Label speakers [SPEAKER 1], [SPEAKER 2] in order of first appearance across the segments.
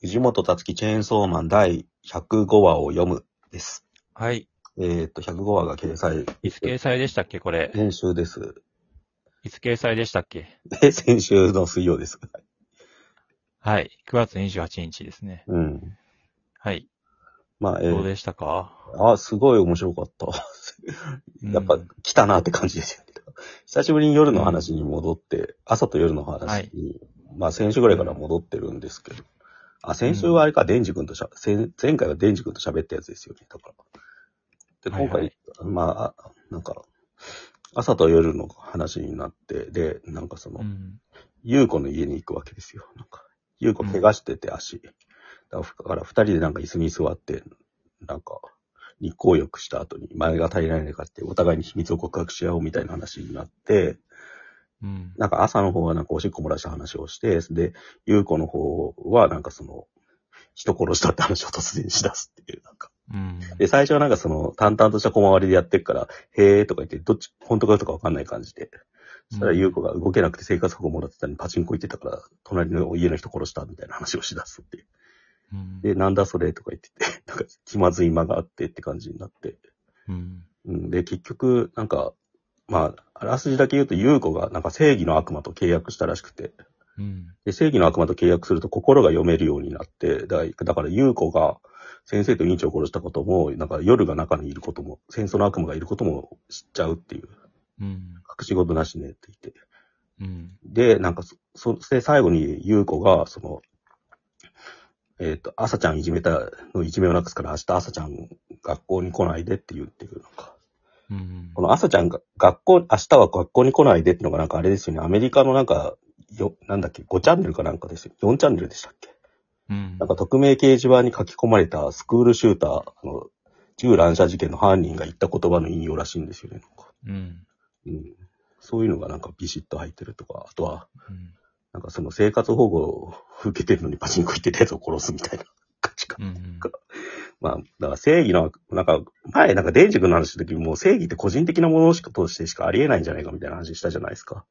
[SPEAKER 1] 藤本達樹チェーンソーマン第105話を読むです。
[SPEAKER 2] はい。
[SPEAKER 1] えーっと、105話が掲載。
[SPEAKER 2] いつ掲載でしたっけこれ。
[SPEAKER 1] 先週です。
[SPEAKER 2] いつ掲載でしたっけ
[SPEAKER 1] え、先週の水曜です。
[SPEAKER 2] はい。9月28日ですね。
[SPEAKER 1] うん。
[SPEAKER 2] はい。
[SPEAKER 1] まあ、え
[SPEAKER 2] どう
[SPEAKER 1] ー
[SPEAKER 2] でしたか、
[SPEAKER 1] あ、すごい面白かった。
[SPEAKER 2] うん
[SPEAKER 1] やっぱ来たなって感じですよね。久しぶりに夜の話に戻って、朝と夜の話に、まあ先週ぐらいから戻ってるんですけど。あ、先週はあれか、デンジ君としゃ、先前回はデンジ君と喋ったやつですよね。だから。で、今回、
[SPEAKER 2] はいはい
[SPEAKER 1] まあ、なんか、朝と夜の話になって、で、なんかその、
[SPEAKER 2] うん。
[SPEAKER 1] ゆうこの家に行くわけですよ。なんか、ゆうこ怪我してて足。だから二人でなんか椅子に座って、なんか、日光浴した後に前が足りないのかって、お互いに秘密を告白し合おうみたいな話になって、
[SPEAKER 2] うん。
[SPEAKER 1] なんか朝の方はなんかおしっこ漏らした話をして、で、ゆうこの方はなんかその、人殺したって話を突然しだすっていう、なんか。
[SPEAKER 2] うん。
[SPEAKER 1] で、最初はなんかその、淡々とした小回りでやってるから、へーとか言って、どっち、本当かとかわかんない感じで。そしたら優子が動けなくて生活保護もらってたのにパチンコ行ってたから、隣の家の人殺したみたいな話をしだすっていう。
[SPEAKER 2] うん。
[SPEAKER 1] で、なんだそれとか言ってて、 なんか気まずい間があってって感じになって。
[SPEAKER 2] うん。
[SPEAKER 1] うん、で、結局、なんか、まあ、あらすじだけ言うと優子がなんか正義の悪魔と契約したらしくて、
[SPEAKER 2] うん。
[SPEAKER 1] で、正義の悪魔と契約すると心が読めるようになって、だだから、優子が先生と院長を殺したことも、なんか夜が中にいることも、戦争の悪魔がいることも知っちゃうっていう、
[SPEAKER 2] うん。
[SPEAKER 1] 隠し事なしねって言って。
[SPEAKER 2] うん。
[SPEAKER 1] で、なんかそ、そして最後に優子が、その、えっ、と、朝ちゃんいじめたのいじめをなくすから明日朝ちゃん学校に来ないでって言ってくるのか。
[SPEAKER 2] うん
[SPEAKER 1] この朝ちゃんが学校、明日は学校に来ないでってのがなんかあれですよね。アメリカのなんか、よ、なんだっけ、5チャンネルかなんかですよ。4チャンネルでしたっけ
[SPEAKER 2] うん
[SPEAKER 1] なんか匿名掲示板に書き込まれたスクールシューター、あの、銃乱射事件の犯人が言った言葉の引用らしいんですよね。なんか
[SPEAKER 2] うん。
[SPEAKER 1] うん。そういうのがなんかビシッと入ってるとか、あとは、
[SPEAKER 2] うん
[SPEAKER 1] なんかその生活保護を受けてるのにパチンコ行ってたやつを殺すみたいな感じか。
[SPEAKER 2] うん。
[SPEAKER 1] まあ、だから正義の、なんか、前なんかデンジ君の話した時もう正義って個人的なものしかとしてしかありえないんじゃないかみたいな話したじゃないですか。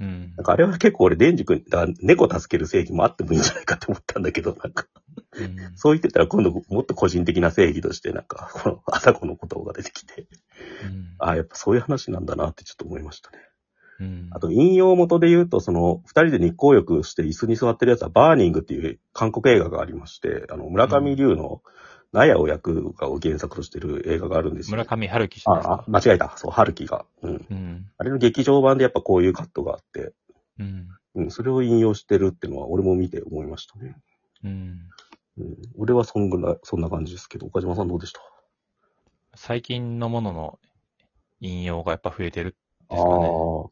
[SPEAKER 2] うん
[SPEAKER 1] なんかあれは結構俺デンジ君、だから猫助ける正義もあってもいいんじゃないかって思ったんだけど、なんか、
[SPEAKER 2] うん
[SPEAKER 1] そう言ってたら今度もっと個人的な正義としてなんか、この朝子のことが出てきて、
[SPEAKER 2] うん
[SPEAKER 1] ああ、やっぱそういう話なんだなってちょっと思いましたね。
[SPEAKER 2] うん
[SPEAKER 1] あと、引用元で言うと、その、二人で日光浴して椅子に座ってるやつは、バーニングっていう韓国映画がありまして、あの、村上龍の、納屋を焼くがを原作としてる映画があるんですよ。
[SPEAKER 2] 村上春樹氏です
[SPEAKER 1] ああ
[SPEAKER 2] か、
[SPEAKER 1] 間違えた。そう、春樹が。うん。
[SPEAKER 2] うん。
[SPEAKER 1] あれの劇場版でやっぱこういうカットがあって、
[SPEAKER 2] うん。
[SPEAKER 1] うん、それを引用してるっていうのは、俺も見て思いましたね。
[SPEAKER 2] うん。
[SPEAKER 1] うん。俺はそんぐらい、そんな感じですけど、岡島さんどうでした
[SPEAKER 2] 最近のものの引用がやっぱ増えてるんです
[SPEAKER 1] あ
[SPEAKER 2] かね。
[SPEAKER 1] ー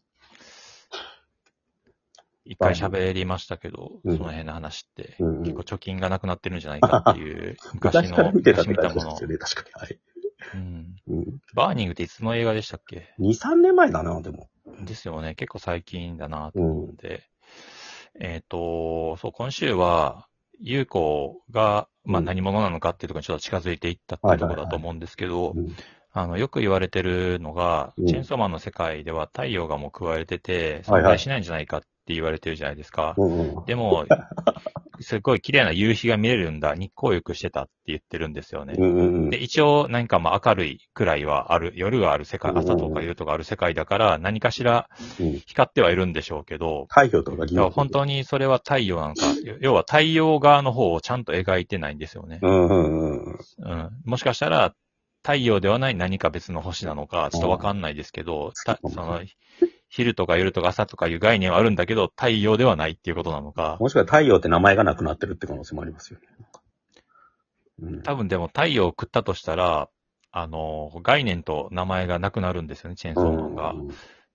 [SPEAKER 2] 一回喋りましたけど、
[SPEAKER 1] うん
[SPEAKER 2] その辺の話って、
[SPEAKER 1] うんうん
[SPEAKER 2] 結構貯金がなくなってるんじゃないかっ ていう、昔
[SPEAKER 1] 昔か
[SPEAKER 2] の、
[SPEAKER 1] ら見てたっ
[SPEAKER 2] 昔
[SPEAKER 1] て
[SPEAKER 2] 見た
[SPEAKER 1] 感じ
[SPEAKER 2] も
[SPEAKER 1] で
[SPEAKER 2] の
[SPEAKER 1] す。よね、確かに。はい。
[SPEAKER 2] うん。
[SPEAKER 1] うん。
[SPEAKER 2] バーニングっていつの映画でしたっけ
[SPEAKER 1] 2、3年前だな、でも。
[SPEAKER 2] ですよね。結構最近だなと
[SPEAKER 1] う
[SPEAKER 2] 思
[SPEAKER 1] ん
[SPEAKER 2] っ。て。えっ、と、そう、今週は、ゆうこが、まあ
[SPEAKER 1] うん
[SPEAKER 2] 何者なのかっていうところにちょっと近づいていったっていうところだと思うんですけど
[SPEAKER 1] う、ん。
[SPEAKER 2] あの、よく言われてるのが、
[SPEAKER 1] うん
[SPEAKER 2] チェーンソーマンの世界では太陽がもう食われてて、
[SPEAKER 1] はいは
[SPEAKER 2] 存
[SPEAKER 1] い
[SPEAKER 2] 在しないんじゃないかって言われてるじゃないですか。
[SPEAKER 1] うんうん。
[SPEAKER 2] でも、すごい綺麗な夕日が見れるんだ、日光浴してたって言ってるんですよね。
[SPEAKER 1] うんうんうん
[SPEAKER 2] で、一応、何かまあ明るいくらいはある、夜がある世界、
[SPEAKER 1] うんうんうん
[SPEAKER 2] 朝とか夜とかある世界だから、何かしら
[SPEAKER 1] うん
[SPEAKER 2] 光ってはいるんでしょうけど、
[SPEAKER 1] 太陽とか
[SPEAKER 2] い
[SPEAKER 1] 銀
[SPEAKER 2] や
[SPEAKER 1] 河
[SPEAKER 2] 本当にそれは太陽なのか、よ要は太陽側の方をちゃんと描いてないんですよね。
[SPEAKER 1] うんうんうん。
[SPEAKER 2] うん。もしかしたら、太陽ではない何か別の星なのか、ちょっとわかんないですけど、たその、昼とか夜とか朝とかいう概念はあるんだけど、太陽ではないっていうことなのか。
[SPEAKER 1] もしくは太陽って名前がなくなってるって可能性もありますよね。なんか
[SPEAKER 2] 多分でも太陽を食ったとしたら、あの、概念と名前がなくなるんですよね、チェーンソ
[SPEAKER 1] う
[SPEAKER 2] ー
[SPEAKER 1] ん。
[SPEAKER 2] マンが。
[SPEAKER 1] う
[SPEAKER 2] だか
[SPEAKER 1] ん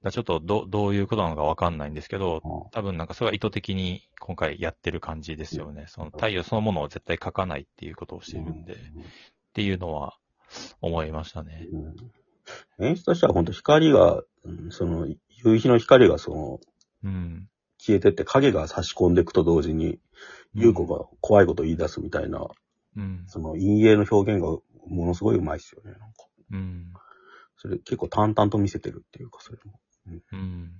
[SPEAKER 2] らちょっとど、どういうことなのかわかんないんですけど、多分なんかそれは意図的に今回やってる感じですよね。その太陽そのものを絶対描かないっていうことをしてるんで、っていうのは思いましたね。
[SPEAKER 1] うん演出としては本当光が、うんその、夕日の光がその、
[SPEAKER 2] うん。
[SPEAKER 1] 消えてって影が差し込んでいくと同時に、優子が怖いこと言い出すみたいな、
[SPEAKER 2] うん。
[SPEAKER 1] その陰影の表現がものすごい上手いですよね。なんか
[SPEAKER 2] うん。
[SPEAKER 1] それ結構淡々と見せてるっていうか、それも。
[SPEAKER 2] うん。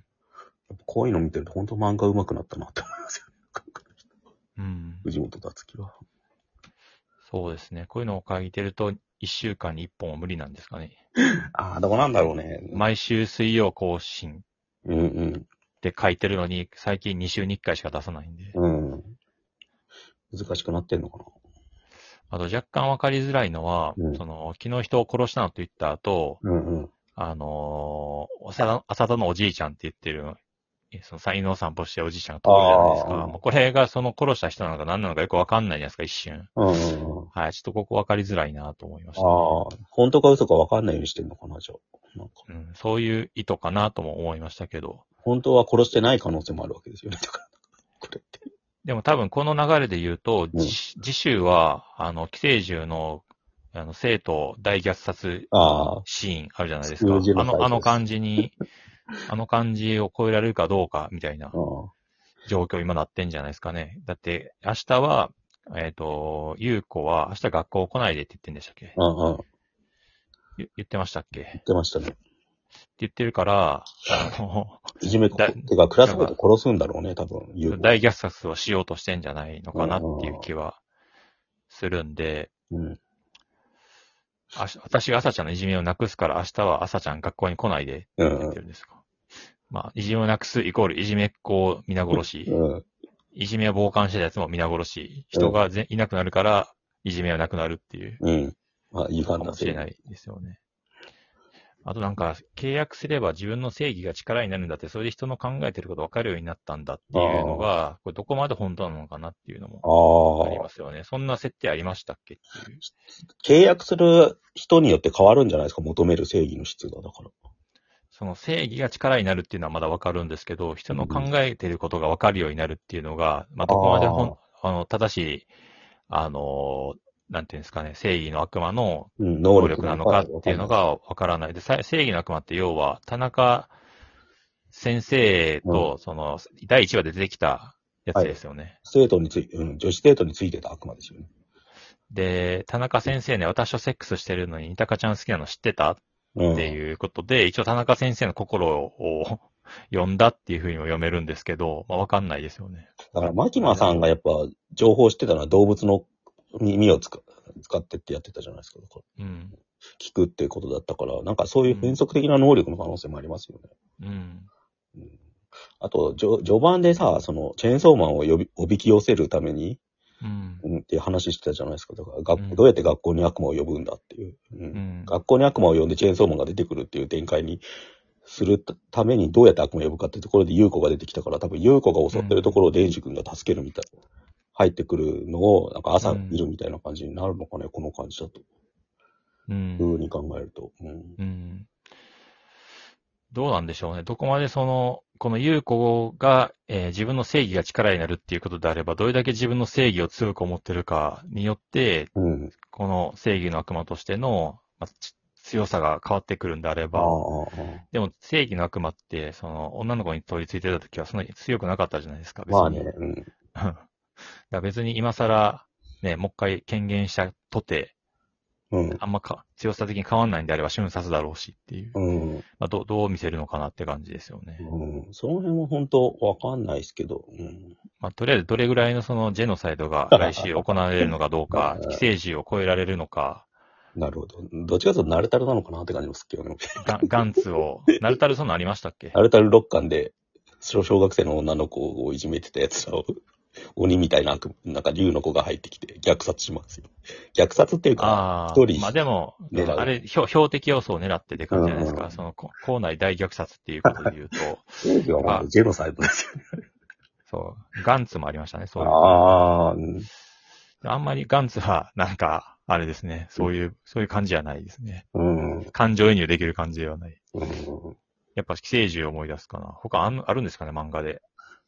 [SPEAKER 1] やっぱこういうの見てると本当漫画上手くなったなって思いますよね。
[SPEAKER 2] ううん。
[SPEAKER 1] 藤本達樹は。
[SPEAKER 2] そうですね。こういうのを書いてると、1週間に1本は無理なんですかね。
[SPEAKER 1] ああ、どうなんだろうね。
[SPEAKER 2] 毎週水曜更新
[SPEAKER 1] うんうん。
[SPEAKER 2] って書いてるのに、最近2週に1回しか出さないんで。
[SPEAKER 1] うん。難しくなってんのかな。
[SPEAKER 2] あと若干わかりづらいのは、
[SPEAKER 1] うん
[SPEAKER 2] その、昨日人を殺したのと言った後、
[SPEAKER 1] うんうん。
[SPEAKER 2] あのー浅田、浅田のおじいちゃんって言ってる、えその才能散歩してるおじいちゃんが通るじゃないです
[SPEAKER 1] あ
[SPEAKER 2] か。
[SPEAKER 1] ー
[SPEAKER 2] もうこれがその殺した人なのか何なのかよくわかんないじゃないですか、一瞬。
[SPEAKER 1] うんうんうん。
[SPEAKER 2] はい、ちょっとここわかりづらいなと思いました。
[SPEAKER 1] ああ、本当か嘘か分かんないようにしてんのかな、じゃあ。なんか、
[SPEAKER 2] うん、そういう意図かなとも思いましたけど。
[SPEAKER 1] 本当は殺してない可能性もあるわけです よね、だから。これって。
[SPEAKER 2] でも多分この流れで言うと、
[SPEAKER 1] うん
[SPEAKER 2] 次次週は、あの、寄生獣の、あの、生徒を大虐殺
[SPEAKER 1] ああ、
[SPEAKER 2] シーンあるじゃないですか。
[SPEAKER 1] 数字の
[SPEAKER 2] あ
[SPEAKER 1] サイズで
[SPEAKER 2] の、
[SPEAKER 1] す
[SPEAKER 2] あの感じに、あの感じを超えられるかどうか、みたい
[SPEAKER 1] う
[SPEAKER 2] な
[SPEAKER 1] ん。
[SPEAKER 2] 状況今なってんじゃないですかね。だって、明日は、えっ、と、ゆうこは明日学校来ないでって言ってんでしたっけ
[SPEAKER 1] うんうん。言
[SPEAKER 2] ゆ言ってましたっけって
[SPEAKER 1] ってましたね。
[SPEAKER 2] 言ってるから、あの、
[SPEAKER 1] いじめっ子、
[SPEAKER 2] だ
[SPEAKER 1] てか、クラスメート殺すんだろうね、多分、言う子。
[SPEAKER 2] 大虐殺をしようとしてんじゃないのかなっていう気はするんで、
[SPEAKER 1] うん。
[SPEAKER 2] あし私が朝ちゃんのいじめをなくすから明日は朝ちゃん学校に来ないでって
[SPEAKER 1] う
[SPEAKER 2] 言っ
[SPEAKER 1] ん
[SPEAKER 2] て。るんですか。まあ、いじめをなくすイコールいじめっ子を皆殺し、
[SPEAKER 1] うん。
[SPEAKER 2] いじめを傍観してたやつも皆殺し、人がぜいなくなるからいじめはなくなるっていう、
[SPEAKER 1] うん。まあ、いいフ
[SPEAKER 2] か
[SPEAKER 1] ァンだ
[SPEAKER 2] もしれないですよね。あとなんか、契約すれば自分の正義が力になるんだって、それで人の考えてること分かるようになったんだっていうのが、これどこまで本当なのかなっていうのも
[SPEAKER 1] あ
[SPEAKER 2] あり
[SPEAKER 1] あ
[SPEAKER 2] ま。すよね。そんな設定ありましたっけっていう。
[SPEAKER 1] 契約する人によって変わるんじゃないですか、求める正義の質が。だから。
[SPEAKER 2] その正義が力になるっていうのはまだわかるんですけど、人の考えていることがわかるようになるっていうのが、まあ、どこまでほんあの正しい、あの、なんていうんですかね、正義の悪魔の
[SPEAKER 1] うん、
[SPEAKER 2] 能
[SPEAKER 1] 能
[SPEAKER 2] 力
[SPEAKER 1] 力
[SPEAKER 2] なのかっていうの。がわからない。で、さ正義の悪魔って要は、田中先生と、その、第1話で出てきたやつですよね。
[SPEAKER 1] 生徒についうん、女子生徒についてた悪魔ですよね。
[SPEAKER 2] で、田中先生ね、私とセックスしてるのに、たかちゃん好きなの知ってた
[SPEAKER 1] うん。
[SPEAKER 2] っていうことで、一応田中先生の心を読んだっていうふうにも読めるんですけど、まあ、わかんないですよね。
[SPEAKER 1] だから、牧間さんがやっぱ、情報を知ってたのは動物の耳を使使ってってやってたじゃないですか。だから
[SPEAKER 2] うん。
[SPEAKER 1] 聞くっていうことだったから、なんかそういう変則的な能力の可能性もありますよね。
[SPEAKER 2] うん。
[SPEAKER 1] うんあと、じょ序盤でさ、その、チェーンソーマンを呼びおびき寄せるために、
[SPEAKER 2] うん。
[SPEAKER 1] うん、っていう話してたじゃないですか。だから、学
[SPEAKER 2] うん
[SPEAKER 1] どうやって学校に悪魔を呼ぶんだっていう。うん
[SPEAKER 2] うん。
[SPEAKER 1] 学校に悪魔を呼んでチェーンソーマンが出てくるっていう展開にするたためにどうやって悪魔を呼ぶかっていうところで優子が出てきたから、多分優子が襲ってるところをデンジ君が助けるみたいな。入ってくるのを、なんか朝見るみたいな感じになるのかね、この感じだと。
[SPEAKER 2] う
[SPEAKER 1] ふ
[SPEAKER 2] ん。
[SPEAKER 1] うに考えると。うん。
[SPEAKER 2] うん。どうなんでしょうね。どこまでその、この優子が、えー自分の正義が力になるっていうことであれば、どれだけ自分の正義を強く思ってるかによって、
[SPEAKER 1] うん。
[SPEAKER 2] この正義の悪魔としての、まあち強さが変わってくるんであれ
[SPEAKER 1] ああ
[SPEAKER 2] ば、
[SPEAKER 1] ああ、
[SPEAKER 2] でも、正義の悪魔って、その、女の子に取り付いてた時は、そんなに強くなかったじゃないですか、別に。
[SPEAKER 1] まあね、うん。
[SPEAKER 2] だから別に今更、ね、もう一回権限したとて、
[SPEAKER 1] うん。
[SPEAKER 2] あんまか強さ的に変わんないんであれば瞬殺だろうしっていう。
[SPEAKER 1] うん。
[SPEAKER 2] まあ、どうどう見せるのかなって感じですよね。
[SPEAKER 1] うん、その辺は本当わかんないですけど、うん。
[SPEAKER 2] まあ、とりあえずどれぐらいのそのジェノサイドが 来週行われるのかどう
[SPEAKER 1] まあ
[SPEAKER 2] か、 寄生獣を超えられるのか、
[SPEAKER 1] なるほど。どっちかというと、ナルタルなのかなって感じもするけどね。
[SPEAKER 2] ガンガンツを、ナルタルそんなんありましたっけ
[SPEAKER 1] ナルタル6巻で、小小学生の女の子をいじめてたやつらを、 鬼みたいな悪、なんか竜の子が入ってきて、虐殺しますよ。虐殺っていうか、
[SPEAKER 2] ああ
[SPEAKER 1] 一人
[SPEAKER 2] まあでも、
[SPEAKER 1] 狙う
[SPEAKER 2] あれ、標標的要素を狙ってって感じじゃないです
[SPEAKER 1] うんう
[SPEAKER 2] か。
[SPEAKER 1] ん
[SPEAKER 2] その、こ校内大虐殺っていうことで言う と、
[SPEAKER 1] 正義はまあ
[SPEAKER 2] あ
[SPEAKER 1] ジェノサイドですよね。
[SPEAKER 2] そう、ガンツもありましたね、そういう。
[SPEAKER 1] ああ、うん
[SPEAKER 2] あんまりガンツは、なんか、あれですね、そういう、そういう感じじゃないですね。
[SPEAKER 1] うん。
[SPEAKER 2] 感情移入できる感じではない。
[SPEAKER 1] うん
[SPEAKER 2] やっぱ、寄生獣を思い出すかな。他あんあるんですかね、漫画で。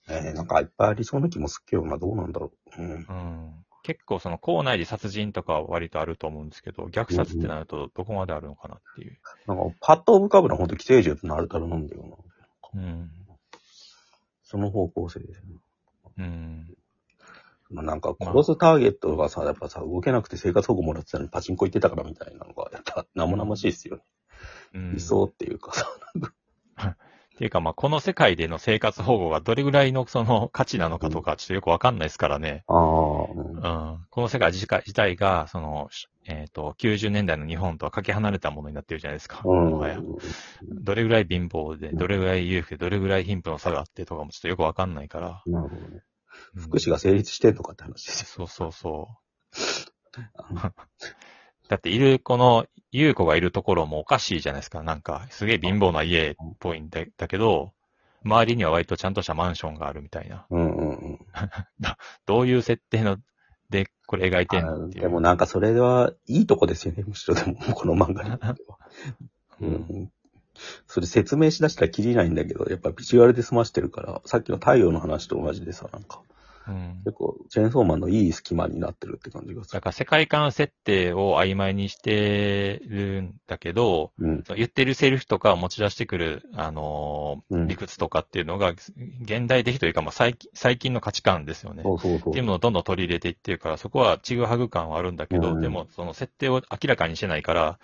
[SPEAKER 1] えー、なんかいっぱいありそうな気もすっけどな、どうなんだろう。うん。
[SPEAKER 2] うん。結構、その、校内で殺人とかは割とあると思うんですけど、虐殺ってなると、どこまであるのかなっていう。
[SPEAKER 1] なんか、パッと浮かぶのは本当寄生獣とナルタルなんだよな。
[SPEAKER 2] うん。
[SPEAKER 1] その方向性ですよね。
[SPEAKER 2] うん。
[SPEAKER 1] まあなんか、殺すターゲットがさ、やっぱさ、動けなくて生活保護もらってたのにパチンコ行ってたからみたいなのが、やっぱ、生々しいっすよね。
[SPEAKER 2] うん。
[SPEAKER 1] 理想っていうかさ、
[SPEAKER 2] っっていうか、まあ、この世界での生活保護がどれぐらいのその価値なのかとか、ちょっとよくわかんないですからね。
[SPEAKER 1] ああ、うん
[SPEAKER 2] うん。この世界自自体が、その、えっ、と、90年代の日本とはかけ離れたものになってるじゃないですか。もはやどれぐらい貧乏で、どれぐらい裕福で、どれぐらい貧富の差があってとかもちょっとよくわかんないから。
[SPEAKER 1] なるほどね。
[SPEAKER 2] うん
[SPEAKER 1] 福祉が成立してんのかって話ですよ。
[SPEAKER 2] そうそうそう。 だっている、この、優子がいるところもおかしいじゃないですか。なんか、すげえ貧乏な家っぽいんだだけど、周りには割とちゃんとしたマンションがあるみたいな。
[SPEAKER 1] うんうんうん。
[SPEAKER 2] どういう設定の、で、これ描いてんのっていう。
[SPEAKER 1] でもなんかそれはいいとこですよね、むしろでも、この漫画にとっては。 うん。それ説明しだしたらきりないんだけど、やっぱビジュアルで済ましてるから、さっきの太陽の話と同じでさ、なんか、
[SPEAKER 2] うん。
[SPEAKER 1] 結構、チェーンソーマンのいい隙間になってるって感じがす
[SPEAKER 2] だ
[SPEAKER 1] る。
[SPEAKER 2] から世界観設定を曖昧にしてるんだけど、
[SPEAKER 1] うん。
[SPEAKER 2] その言ってるセリフとか持ち出してくる、あの
[SPEAKER 1] う
[SPEAKER 2] ー
[SPEAKER 1] ん
[SPEAKER 2] 理屈とかっていうのが、現代的というか、まあ最近、最近の価値観ですよね。
[SPEAKER 1] そうそうそ
[SPEAKER 2] っていう
[SPEAKER 1] う。
[SPEAKER 2] ものをどんどん取り入れていってるから、そこはちぐはぐ感はあるんだけど、
[SPEAKER 1] うん
[SPEAKER 2] でも、その設定を明らかにしてないから、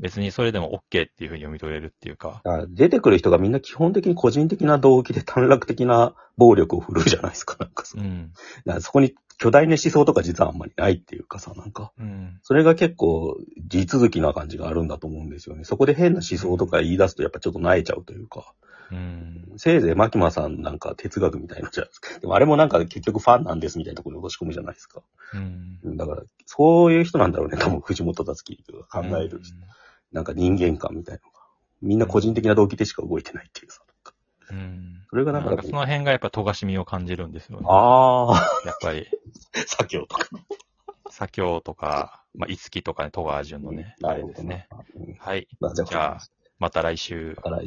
[SPEAKER 2] 別にそれでも OK っていうふうに読み取れるっていうか、
[SPEAKER 1] だから出てくる人がみんな基本的に個人的な動機で短絡的な暴力を振るうじゃないですか、なんかそうの
[SPEAKER 2] ん。
[SPEAKER 1] だからそこに巨大な思想とか実はあんまりないっていうかさ、なんか、
[SPEAKER 2] うん。
[SPEAKER 1] それが結構地続きな感じがあるんだと思うんですよね。そこで変な思想とか言い出すとやっぱちょっと萎えちゃうというか、
[SPEAKER 2] うん。
[SPEAKER 1] せいぜいマキマさんなんか哲学みたいなじゃないですか。でもあれもなんか結局ファンなんですみたいなところに落とし込むじゃないですか。
[SPEAKER 2] うん。
[SPEAKER 1] うんだから、そういう人なんだろうね、多分藤本達樹が考える、なんか人間観みたいなのが。みんな個人的な動機でしか動いてないっていうさ、なんか
[SPEAKER 2] うん。うん。
[SPEAKER 1] それが
[SPEAKER 2] な
[SPEAKER 1] だから
[SPEAKER 2] んかその辺がやっぱ尖しみを感じるんですよね。
[SPEAKER 1] ああ、
[SPEAKER 2] やっぱり、
[SPEAKER 1] 作業とか。
[SPEAKER 2] 左京とか、まあ、いつきとかね、戸川淳のね、あれですね。
[SPEAKER 1] うん。
[SPEAKER 2] はい。
[SPEAKER 1] まあじゃあ、
[SPEAKER 2] じゃあまた来週。
[SPEAKER 1] また来週